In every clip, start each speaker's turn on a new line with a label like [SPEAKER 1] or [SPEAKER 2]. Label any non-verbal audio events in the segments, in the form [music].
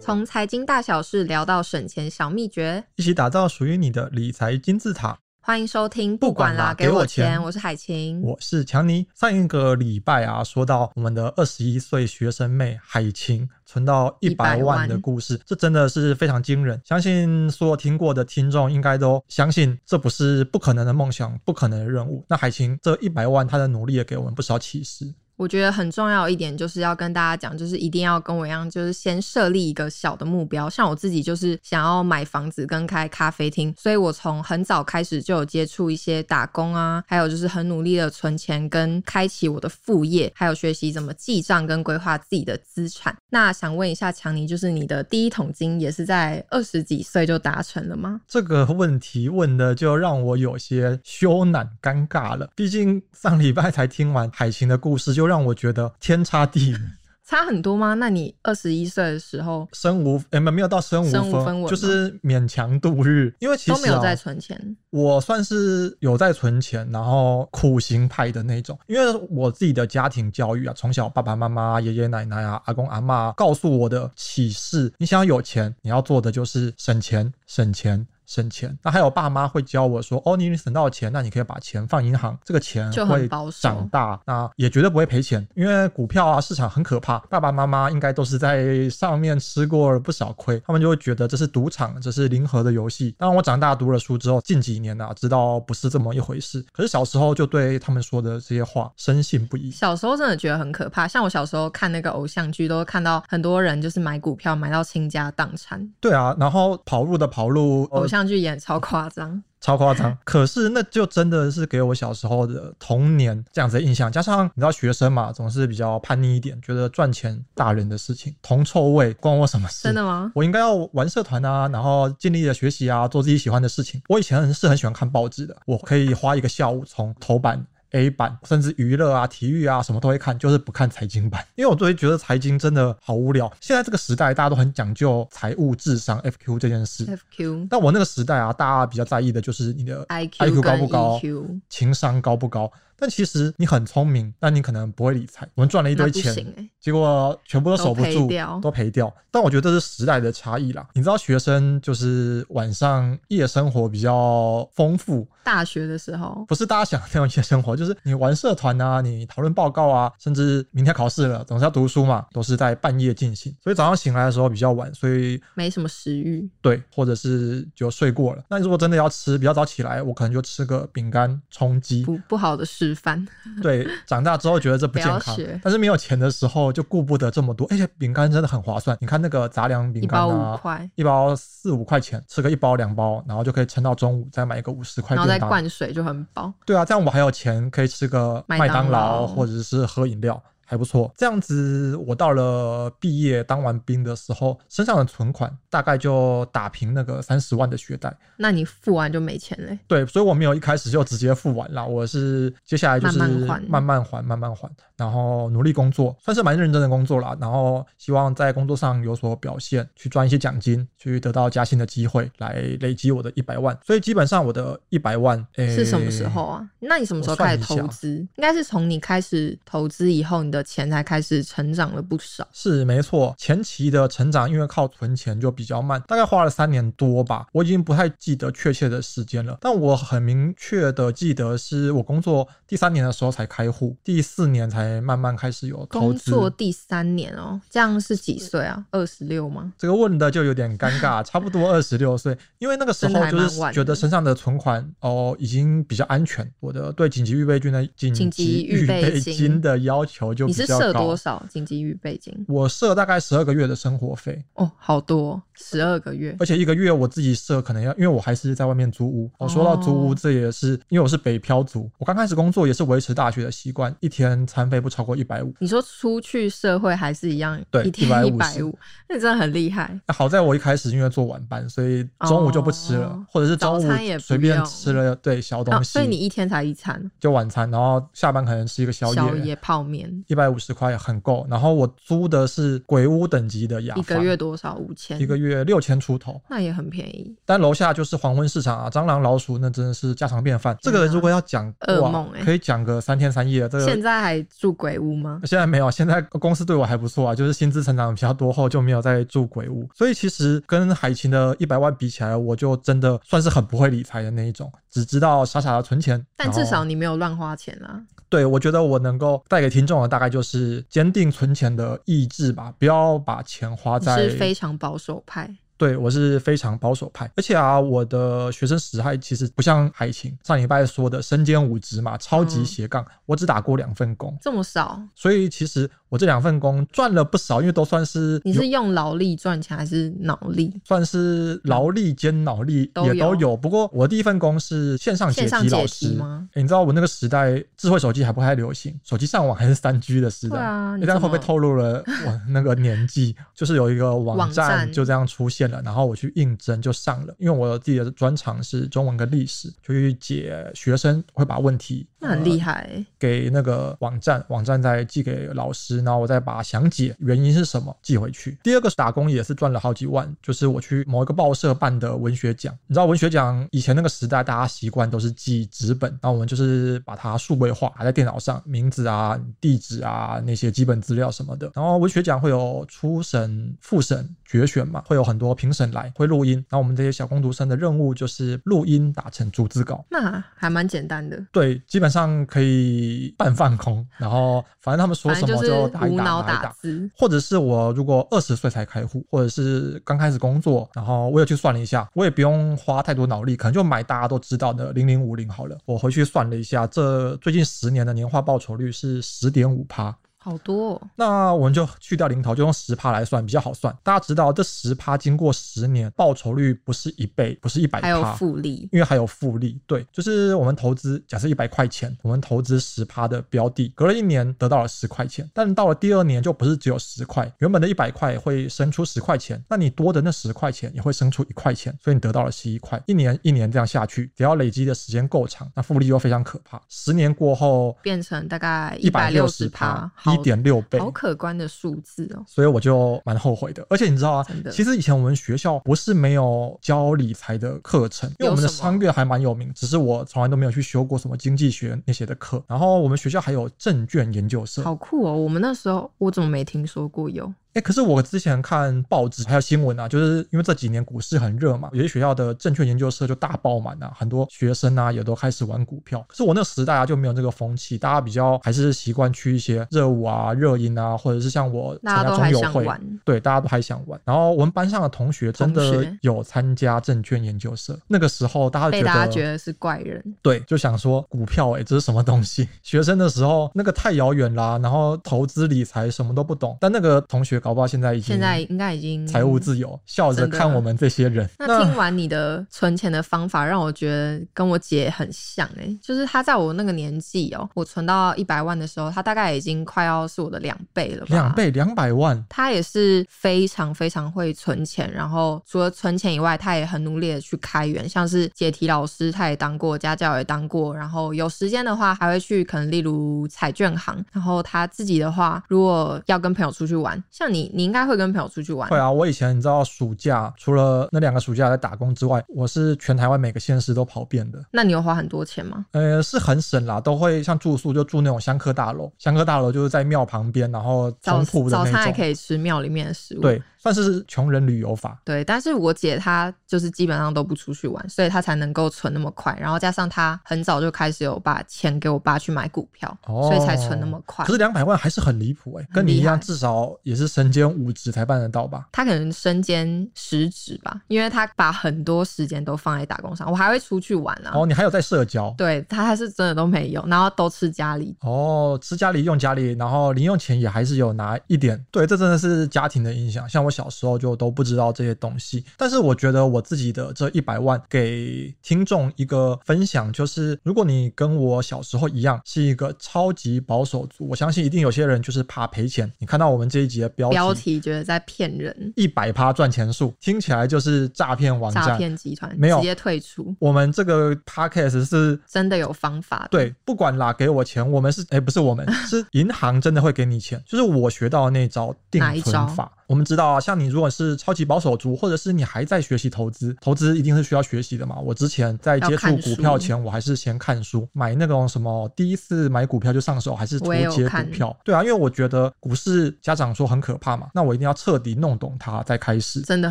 [SPEAKER 1] 从财经大小事聊到省钱小秘诀，
[SPEAKER 2] 一起打造属于你的理财金字塔。
[SPEAKER 1] 欢迎收听。
[SPEAKER 2] 不管啦给我钱
[SPEAKER 1] 我是海晴。
[SPEAKER 2] 我是强尼。上一个礼拜啊，说到我们的二十一岁学生妹海晴存到一百
[SPEAKER 1] 100万
[SPEAKER 2] 万的故事，这真的是非常惊人。相信所有听过的听众应该都相信，这不是不可能的梦想，不可能的任务。那海晴这一百万，她的努力也给我们不少启示。
[SPEAKER 1] 我觉得很重要一点就是要跟大家讲，就是一定要跟我一样，就是先设立一个小的目标。像我自己就是想要买房子跟开咖啡厅，所以我从很早开始就有接触一些打工啊，还有就是很努力的存钱跟开启我的副业，还有学习怎么记账跟规划自己的资产。那想问一下强尼，就是你的第一桶金也是在二十几岁就达成了吗？
[SPEAKER 2] 这个问题问的就让我有些羞赧尴尬了，毕竟上礼拜才听完海晴的故事，就让我觉得天差地远。
[SPEAKER 1] 差很多吗？那你二十一岁的时候
[SPEAKER 2] 身无哎没没有到身无
[SPEAKER 1] 身无分文吗
[SPEAKER 2] 就是勉强度日。因为其
[SPEAKER 1] 都
[SPEAKER 2] 实
[SPEAKER 1] 没有
[SPEAKER 2] 啊，
[SPEAKER 1] 在存钱，
[SPEAKER 2] 我算是有在存钱，然后苦行派的那种。因为我自己的家庭教育啊，从小爸爸妈妈、爷爷奶奶啊、阿公阿妈、告诉我的启示：你想要有钱，你要做的就是省钱、省钱。省钱，那还有爸妈会教我说，哦，你省到钱，那你可以把钱放银行，这个钱
[SPEAKER 1] 就很
[SPEAKER 2] 会
[SPEAKER 1] 保守
[SPEAKER 2] 长大，那也绝对不会赔钱，因为股票啊市场很可怕，爸爸妈妈应该都是在上面吃过不少亏，他们就会觉得这是赌场，这是零和的游戏。当然，我长大读了书之后，近几年啊，知道不是这么一回事，可是小时候就对他们说的这些话深信不疑。
[SPEAKER 1] 小时候真的觉得很可怕。像我小时候看那个偶像剧，都会看到很多人就是买股票买到倾家荡产，
[SPEAKER 2] 对啊，然后跑路的跑路，呃
[SPEAKER 1] 偶像剧演得超夸张。
[SPEAKER 2] 超夸张。可是那就真的是给我小时候的童年这样子的印象，加上你知道学生嘛，总是比较叛逆一点，觉得赚钱大人的事情，铜臭味关我什么事？
[SPEAKER 1] 真的吗？
[SPEAKER 2] 我应该要玩社团啊，然后尽力的学习啊，做自己喜欢的事情。我以前是很喜欢看报纸的，我可以花一个下午从头版。A 版甚至娱乐啊、体育啊，什么都会看，就是不看财经版，因为我都会觉得财经真的好无聊。现在这个时代，大家都很讲究财务智商 FQ 这件事，
[SPEAKER 1] FQ、
[SPEAKER 2] 但我那个时代啊，大家比较在意的就是你的
[SPEAKER 1] IQ
[SPEAKER 2] 高
[SPEAKER 1] 跟 E
[SPEAKER 2] 不高，
[SPEAKER 1] EQ，
[SPEAKER 2] 情商高不高。但其实你很聪明，但你可能不会理财。我们赚了一
[SPEAKER 1] 那
[SPEAKER 2] 堆
[SPEAKER 1] 不行
[SPEAKER 2] 钱，
[SPEAKER 1] 哎、
[SPEAKER 2] 结果全部都守不
[SPEAKER 1] 都赔
[SPEAKER 2] 住
[SPEAKER 1] 掉，
[SPEAKER 2] 都赔掉。但我觉得这是时代的差异啦。你知道，学生就是晚上夜生活比较丰富，
[SPEAKER 1] 大学的时候，
[SPEAKER 2] 不是大家想的那种夜生活，就是你玩社团啊，你讨论报告啊，甚至明天考试了，总是要读书嘛，都是在半夜进行。所以早上醒来的时候比较晚，所以
[SPEAKER 1] 没什么食欲，
[SPEAKER 2] 对，或者是就睡过了。那如果真的要吃，比较早起来，我可能就吃个饼干充饥。
[SPEAKER 1] 不不好的示范。 [laughs]
[SPEAKER 2] 对，长大之后觉得这不
[SPEAKER 1] 不
[SPEAKER 2] 健
[SPEAKER 1] 要
[SPEAKER 2] 康
[SPEAKER 1] 学，
[SPEAKER 2] 但是没有钱的时候就顾不得这么多。而且饼干真的很划算，你看那个杂粮饼
[SPEAKER 1] 一
[SPEAKER 2] 干
[SPEAKER 1] 包五
[SPEAKER 2] 啊，
[SPEAKER 1] 块，
[SPEAKER 2] 一包四五块钱，吃个一包两包，然后就可以撑到中午，再买一个五十块
[SPEAKER 1] 然后再
[SPEAKER 2] 便当。
[SPEAKER 1] 灌水就很饱。
[SPEAKER 2] 对啊，这样我还有钱可以吃个
[SPEAKER 1] 麦
[SPEAKER 2] 麦
[SPEAKER 1] 当
[SPEAKER 2] 当
[SPEAKER 1] 劳
[SPEAKER 2] 劳，或者是喝饮料。还不错，这样子我到了毕业当完兵的时候，身上的存款大概就打平那个三十万的学贷，
[SPEAKER 1] 那你付完就没钱嘞。
[SPEAKER 2] 对，所以我没有一开始就直接付完啦，我是接下来就是
[SPEAKER 1] 慢慢还
[SPEAKER 2] 慢慢还，慢慢还，然后努力工作，算是蛮认真的工作啦。然后希望在工作上有所表现，去赚一些奖金，去得到加薪的机会，来累积我的一百万。所以基本上我的一百万，诶、
[SPEAKER 1] 是什么时候？啊？那你什么时候
[SPEAKER 2] 我算
[SPEAKER 1] 开始
[SPEAKER 2] 一
[SPEAKER 1] 投
[SPEAKER 2] 下
[SPEAKER 1] 资？应该是从你开始投资以后，你的钱才开始成长了不少。
[SPEAKER 2] 是没错，前期的成长因为靠存钱就比较慢，大概花了三年多吧，我已经不太记得确切的时间了，但我很明确的记得是我工作第三年的时候才开户，第四年才慢慢开始有投
[SPEAKER 1] 工
[SPEAKER 2] 资。
[SPEAKER 1] 作第三年哦，这样是几岁啊？二十六吗？
[SPEAKER 2] 这个问的就有点尴尬，差不多二十六岁，因为那个时
[SPEAKER 1] 真的
[SPEAKER 2] 候
[SPEAKER 1] 还
[SPEAKER 2] 就
[SPEAKER 1] 蛮
[SPEAKER 2] 是
[SPEAKER 1] 晚的
[SPEAKER 2] 觉得身上的存款哦已经比较安全，我的对紧急预备金的
[SPEAKER 1] 紧
[SPEAKER 2] 紧
[SPEAKER 1] 急
[SPEAKER 2] 急
[SPEAKER 1] 预
[SPEAKER 2] 预
[SPEAKER 1] 备
[SPEAKER 2] 备
[SPEAKER 1] 金
[SPEAKER 2] 金的要求就
[SPEAKER 1] 你
[SPEAKER 2] 比
[SPEAKER 1] 是
[SPEAKER 2] 较
[SPEAKER 1] 设
[SPEAKER 2] 高
[SPEAKER 1] 多。少紧急预备金？
[SPEAKER 2] 我设大概十二个月的生活费，
[SPEAKER 1] 哦，好多，十二个月。
[SPEAKER 2] 而且一个月我自己设可能要，因为我还是在外面租屋。我、说到租屋，
[SPEAKER 1] 哦
[SPEAKER 2] 这也是因为我是北漂族，我刚开始工作也是维持大学的习惯，一天餐费不超过一百五。
[SPEAKER 1] 你说出去社会还是一样，
[SPEAKER 2] 对
[SPEAKER 1] 一天一百
[SPEAKER 2] 150
[SPEAKER 1] 五，那你真的很厉害。
[SPEAKER 2] 那好在我一开始因为做晚班，所以中午就不吃了，
[SPEAKER 1] 哦
[SPEAKER 2] 或者是中
[SPEAKER 1] 早餐也
[SPEAKER 2] 午
[SPEAKER 1] 不
[SPEAKER 2] 随便
[SPEAKER 1] 用
[SPEAKER 2] 吃了对小东
[SPEAKER 1] 啊，
[SPEAKER 2] 西，
[SPEAKER 1] 所以你一天才一餐，
[SPEAKER 2] 就晚餐，然后下班可能吃一个宵夜，
[SPEAKER 1] 宵夜泡面，
[SPEAKER 2] 也一百五十块很够。然后我租的是鬼屋等级的雅
[SPEAKER 1] 一
[SPEAKER 2] 房，
[SPEAKER 1] 个月多少？五千，
[SPEAKER 2] 一个月六千出头。
[SPEAKER 1] 那也很便宜，
[SPEAKER 2] 但楼下就是黄昏市场啊，蟑螂、老鼠那真的是家常便饭。这个如果要讲
[SPEAKER 1] 啊噩
[SPEAKER 2] 哇
[SPEAKER 1] 梦欸
[SPEAKER 2] 可以讲个三天三夜。这个
[SPEAKER 1] 现在还住鬼屋吗？
[SPEAKER 2] 现在没有， [laughs] 现在公司对我还不错啊，就是薪资成长比较多后就没有再住鬼屋，所以其实跟海琴的一百万比起来，我就真的算是很不会理财的那一种，只知道傻傻的存钱。
[SPEAKER 1] 但
[SPEAKER 2] 然后
[SPEAKER 1] 至少你没有乱花钱啊啦。
[SPEAKER 2] 对我觉得我能够带给听众的大概就是坚定存钱的意志吧，不要把钱花
[SPEAKER 1] 你
[SPEAKER 2] 在
[SPEAKER 1] 是非常保守派，
[SPEAKER 2] 对我是非常保守派，而且啊，我的学生时代其实不像海琴上礼拜说的身兼五职嘛，超级
[SPEAKER 1] 嗯
[SPEAKER 2] 斜杠，我只打过两份工，
[SPEAKER 1] 这么少，
[SPEAKER 2] 所以其实我这两份工赚了不少，因为都算是
[SPEAKER 1] 你
[SPEAKER 2] 有
[SPEAKER 1] 是用劳力赚钱还是脑力？
[SPEAKER 2] 算是劳力兼脑力
[SPEAKER 1] 嗯都
[SPEAKER 2] 也都
[SPEAKER 1] 有
[SPEAKER 2] 有。不过我第一份工是线上解
[SPEAKER 1] 线上
[SPEAKER 2] 题老
[SPEAKER 1] 解题
[SPEAKER 2] 师
[SPEAKER 1] 吗
[SPEAKER 2] 诶你知道我那个时代智慧手机还不太流行，手机上网还是三 G 的时代。
[SPEAKER 1] 对啊，你
[SPEAKER 2] 但
[SPEAKER 1] 怎
[SPEAKER 2] 会不会
[SPEAKER 1] 么？
[SPEAKER 2] 透露了
[SPEAKER 1] [laughs]
[SPEAKER 2] 我那个年纪？就是有一个网
[SPEAKER 1] 网
[SPEAKER 2] 站
[SPEAKER 1] 站
[SPEAKER 2] 就这样出现了，然后我去应征就上了，因为我自己的专长是中文跟历史，就去解学生会把问题
[SPEAKER 1] 那很
[SPEAKER 2] 呃
[SPEAKER 1] 厉害欸、
[SPEAKER 2] 给那个网站，网站再寄给老师，然后我再把详解原因是什么寄回去。第二个是打工也是赚了好几万，就是我去某一个报社办的文学奖。你知道文学奖以前那个时代，大家习惯都是寄纸本，那我们就是把它数位化，打在电脑上，名字啊、地址啊那些基本资料什么的。然后文学奖会有初审、复审、决选嘛，会有很多评审来，会录音。然后我们这些小工读生的任务就是录音打成逐字稿。
[SPEAKER 1] 那还蛮简单的，
[SPEAKER 2] 对，基本上可以半放空，然后反正他们说
[SPEAKER 1] 反
[SPEAKER 2] 什
[SPEAKER 1] 正
[SPEAKER 2] 么
[SPEAKER 1] 就是
[SPEAKER 2] 打一
[SPEAKER 1] 无
[SPEAKER 2] 打
[SPEAKER 1] 脑
[SPEAKER 2] 打一
[SPEAKER 1] 打
[SPEAKER 2] 打。
[SPEAKER 1] 字。
[SPEAKER 2] 或者是我如果二十岁才开户，或者是刚开始工作，然后我也去算了一下，我也不用花太多脑力，可能就买大家都知道的零零五零好了。我回去算了一下，这最近十年的年化报酬率是十点五趴，
[SPEAKER 1] 好多、哦，
[SPEAKER 2] 那我们就去掉零头，就用十趴来算比较好算。大家知道这十趴经过十年，报酬率不是一倍，不是一百
[SPEAKER 1] 还有
[SPEAKER 2] 趴，
[SPEAKER 1] 复利，
[SPEAKER 2] 因为还有复利。对，就是我们投资，假设一百块钱，我们投资十趴的标的，隔了一年得到了十块钱，但到了第二年就不是只有十块，原本的一百块会生出十块钱，那你多的那十块钱也会生出一块钱，所以你得到了十一块。一年一年这样下去，只要累积的时间够长，那复利就非常可怕。十年过后，
[SPEAKER 1] 变成大概
[SPEAKER 2] 一百六十
[SPEAKER 1] 十
[SPEAKER 2] 趴
[SPEAKER 1] 趴，，
[SPEAKER 2] 一点六倍，
[SPEAKER 1] 好可观的数字哦。
[SPEAKER 2] 所以我就蛮后悔的。而且你知道啊
[SPEAKER 1] 真，的
[SPEAKER 2] 其实以前我们学校不是没有教理财的课程，因为我们的
[SPEAKER 1] 有什么
[SPEAKER 2] 商月还蛮有名，只是我从来都没有去修过什么经济学那些的课。然后我们学校还有证券研究社，
[SPEAKER 1] 好酷哦！我们那时候我怎么没听说过有？
[SPEAKER 2] 哎，可是我之前看报纸还有新闻啊，就是因为这几年股市很热嘛，有些学校的证券研究社就大爆满啊，很多学生啊也都开始玩股票。可是我那时代啊就没有这个风气，大家比较还是习惯去一些热舞啊、热音啊，或者是像我
[SPEAKER 1] 大家
[SPEAKER 2] 参
[SPEAKER 1] 都
[SPEAKER 2] 加中
[SPEAKER 1] 还
[SPEAKER 2] 友
[SPEAKER 1] 想
[SPEAKER 2] 会，
[SPEAKER 1] 玩，
[SPEAKER 2] 对，大家都还想玩。然后我们班上的同学真
[SPEAKER 1] 同
[SPEAKER 2] 的
[SPEAKER 1] 学
[SPEAKER 2] 有参加证券研究社，那个时候大家
[SPEAKER 1] 被
[SPEAKER 2] 觉得
[SPEAKER 1] 大家觉得是怪人。
[SPEAKER 2] 对，就想说股票哎、这是什么东西？ [laughs] 学生的时候那个太遥远啦，然后投资理财什么都不懂。但那个同学搞不好现在已经
[SPEAKER 1] 现在应该已经
[SPEAKER 2] 嗯财务自由，笑着
[SPEAKER 1] 真的
[SPEAKER 2] 看我们这些人。
[SPEAKER 1] 那听完你的存钱的方法，让我觉得跟我姐很像哎、就是她在我那个年纪哦、我存到一百万的时候，她大概已经快要是我的两倍了吧？
[SPEAKER 2] 两。倍两百万，
[SPEAKER 1] 她也是非常非常会存钱，然后除了存钱以外，她也很努力的去开源，像是解题老师，她也当过，家教也当过，然后有时间的话还会去，可能例如彩券行。然后她自己的话，如果要跟朋友出去玩，像你，你应该会跟朋友出去玩，
[SPEAKER 2] 会啊！我以前你知道暑假除了那两个暑假在打工之外，我是全台湾每个县市都跑遍的。
[SPEAKER 1] 那你有花很多钱吗？
[SPEAKER 2] 呃，是很省啦，都会像住宿就住那种香客大楼，香客大楼就是在庙旁边，然后
[SPEAKER 1] 早
[SPEAKER 2] 中铺的
[SPEAKER 1] 早餐
[SPEAKER 2] 那
[SPEAKER 1] 还
[SPEAKER 2] 种，
[SPEAKER 1] 可以吃庙里面的食物。
[SPEAKER 2] 对，算是穷人旅游法。
[SPEAKER 1] 对但是我姐她就是基本上都不出去玩，所以她才能够存那么快。然后加上她很早就开始有把钱给我爸去买股票，
[SPEAKER 2] 哦，
[SPEAKER 1] 所以才存那么快
[SPEAKER 2] 可。是两百万还是很离谱哎，跟你
[SPEAKER 1] 很厉
[SPEAKER 2] 一样，
[SPEAKER 1] 害
[SPEAKER 2] 至少也是身兼五职才办得到吧？
[SPEAKER 1] 她可能身兼十职吧，因为她把很多时间都放在打工上。我还会出去玩啊，
[SPEAKER 2] 哦，你还有在社交。
[SPEAKER 1] 对她还是真的都没有，然后都吃家里。
[SPEAKER 2] 哦，吃家里用家里，然后零用钱也还是有拿一点。对，这真的是家庭的影响。像我小时候就都不知道这些东西。但是我觉得我自己的这一百万给听众一个分享，就是如果你跟我小时候一样是一个超级保守族，我相信一定有些人就是怕赔钱。你看到我们这一集的标
[SPEAKER 1] 标
[SPEAKER 2] 题。
[SPEAKER 1] 题觉得在骗人，
[SPEAKER 2] 一百趴赚钱术，听起来就是诈骗网
[SPEAKER 1] 诈
[SPEAKER 2] 站。
[SPEAKER 1] 骗集团
[SPEAKER 2] 没有
[SPEAKER 1] 直接退出，
[SPEAKER 2] 我们这个 podcast 是
[SPEAKER 1] 真的有方法的。
[SPEAKER 2] 对，不管啦，给我钱，我们是哎、不是
[SPEAKER 1] [laughs]
[SPEAKER 2] 我们是银行真的会给你钱，就是我学到的那招定
[SPEAKER 1] 哪一招
[SPEAKER 2] 存法。我们知道啊，像你如果是超级保守族，或者是你还在学习投资，投资一定是需要学习的嘛。我之前在
[SPEAKER 1] 要
[SPEAKER 2] 接触
[SPEAKER 1] 看
[SPEAKER 2] 股
[SPEAKER 1] 书
[SPEAKER 2] 票前，我还是先看书，买那种什么第一次买股票就上手，还是
[SPEAKER 1] 我也
[SPEAKER 2] 投
[SPEAKER 1] 有
[SPEAKER 2] 接
[SPEAKER 1] 看
[SPEAKER 2] 股票。对啊，因为我觉得股市家长说很可怕嘛，那我一定要彻底弄懂它再开始。
[SPEAKER 1] 真的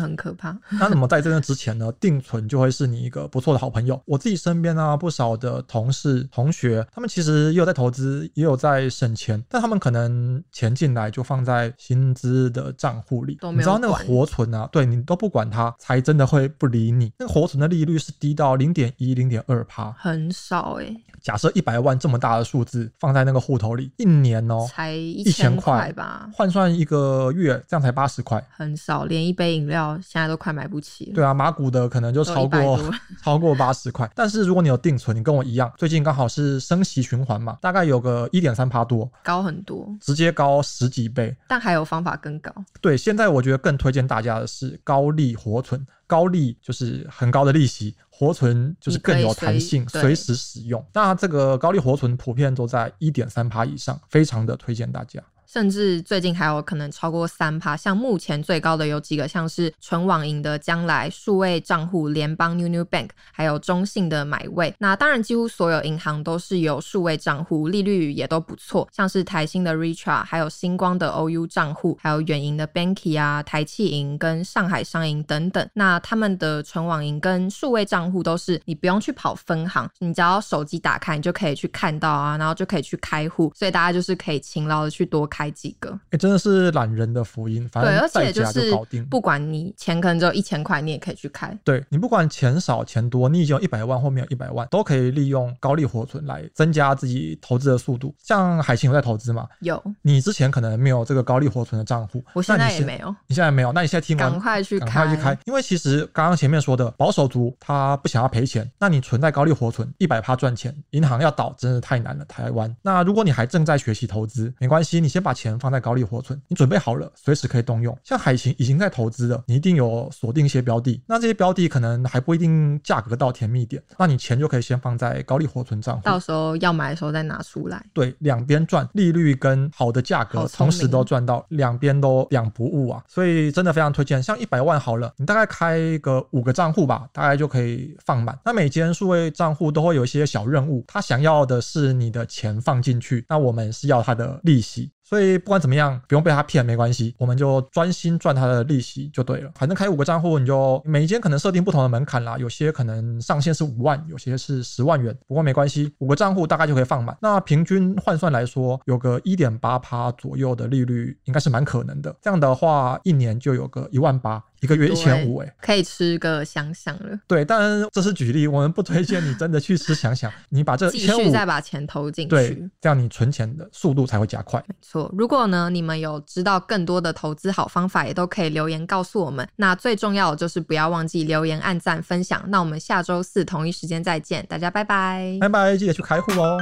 [SPEAKER 1] 很可怕。
[SPEAKER 2] [laughs] 那怎么在这个之前呢？定存就会是你一个不错的好朋友。我自己身边啊，不少的同事、同学，他们其实也有在投资，也有在省钱，但他们可能钱进来就放在薪资的账户里
[SPEAKER 1] 都，没有
[SPEAKER 2] 你知道那个
[SPEAKER 1] 管
[SPEAKER 2] 活存啊，对你都不管它，才真的会不理你。那个活存的利率是低到零点一、零点二趴。
[SPEAKER 1] 很少哎、欸，
[SPEAKER 2] 假设一百万这么大的数字放在那个户头里，一年哦，
[SPEAKER 1] 才一
[SPEAKER 2] 1000
[SPEAKER 1] 块
[SPEAKER 2] 块
[SPEAKER 1] 吧，
[SPEAKER 2] 换算一个月，这样才八十块。
[SPEAKER 1] 很少，连一杯饮料现在都快买不起了。
[SPEAKER 2] 对啊，马股的可能就
[SPEAKER 1] 都
[SPEAKER 2] 超
[SPEAKER 1] 100
[SPEAKER 2] 过
[SPEAKER 1] 多
[SPEAKER 2] 超过八十块。但是如果你有定存，你跟我一样，最近刚好是升息循环嘛，大概有个一点三趴多，
[SPEAKER 1] [laughs] 高很多，
[SPEAKER 2] 直接高十几倍。
[SPEAKER 1] 但还有方法更高，
[SPEAKER 2] 对，现在我觉得更推荐大家的是高利活存，高利就是很高的利息，活存就是更有弹性
[SPEAKER 1] 你，可以随
[SPEAKER 2] 随时使用。那这个高利活存普遍都在一点三趴以上，非常的推荐大家。
[SPEAKER 1] 甚至最近还有可能超过三趴。像目前最高的有几个，像是纯网银的将来数位账户、联邦 New New Bank，还有中信的买位。那当然，几乎所有银行都是有数位账户，利率也都不错，像是台新的 Richa，还有星光的 OU 账户，还有远银的 Banky 啊、台气银跟上海商银等等。那他们的纯网银跟数位账户都是你不用去跑分行，你只要手机打开，你就可以去看到啊，然后就可以去开户，所以大家就是可以勤劳的去多开几个。
[SPEAKER 2] 哎，真的是懒人的福音，反
[SPEAKER 1] 对，而
[SPEAKER 2] 正
[SPEAKER 1] 且
[SPEAKER 2] 在
[SPEAKER 1] 就
[SPEAKER 2] 家
[SPEAKER 1] 是
[SPEAKER 2] 搞定。
[SPEAKER 1] 不管你钱可能只有一千块，你也可以去开。
[SPEAKER 2] 对你不管钱少钱多，你已经有一百万或没有一百万，都可以利用高利活存来增加自己投资的速度。像海清有在投资嘛？
[SPEAKER 1] 有，
[SPEAKER 2] 你之前可能没有这个高利活存的账户，
[SPEAKER 1] 我现
[SPEAKER 2] 那
[SPEAKER 1] 在
[SPEAKER 2] 你
[SPEAKER 1] 也没有，
[SPEAKER 2] 你现在没有，那你现在听完
[SPEAKER 1] 赶快去
[SPEAKER 2] 赶
[SPEAKER 1] 开，
[SPEAKER 2] 快去开，因为其实刚刚前面说的保守族他不想要赔钱，那你存在高利活存一百趴赚钱，银行要倒真的太难了，台湾。那如果你还正在学习投资，没关系，你先把钱放在高利活存，你准备好了，随时可以动用。像海晴已经在投资了，你一定有锁定一些标的，那这些标的可能还不一定价格到甜蜜点，那你钱就可以先放在高利活存账户。
[SPEAKER 1] 到时候要买的时候再拿出来。
[SPEAKER 2] 对，两边赚利率跟好的价
[SPEAKER 1] 好
[SPEAKER 2] 格，
[SPEAKER 1] 聪
[SPEAKER 2] 同
[SPEAKER 1] 明
[SPEAKER 2] 时都赚到，两边都两不误啊，所以真的非常推荐。像一百万好了，你大概开个五个账户吧，大概就可以放满。那每间数位账户都会有一些小任务，他想要的是你的钱放进去，那我们是要他的利息。所以不管怎么样，不用被他骗没关系，我们就专心赚他的利息就对了。反正开五个账户，你就每一间可能设定不同的门槛啦，有些可能上限是五万，有些是十万元，不过没关系，五个账户大概就可以放满。那平均换算来说，有个一点八趴左右的利率，应该是蛮可能的。这样的话，一年就有个一万八，一个月一千五，哎，
[SPEAKER 1] 可以吃个香香了，
[SPEAKER 2] 对。当然这是举例，我们不推荐你真的去
[SPEAKER 1] [laughs]
[SPEAKER 2] 吃想想，你把这
[SPEAKER 1] 继
[SPEAKER 2] 一呃千
[SPEAKER 1] 续
[SPEAKER 2] 五。
[SPEAKER 1] 再把钱投进去嗯
[SPEAKER 2] 对。，这样你存钱的速度才会加快。
[SPEAKER 1] 没错，如果呢你们有知道更多的投资好方法，也都可以留言告诉我们。那最重要的就是不要忘记留言、按赞、分享。那我们下周四同一时间再见，大家拜拜。
[SPEAKER 2] 拜拜，记得去开户哦。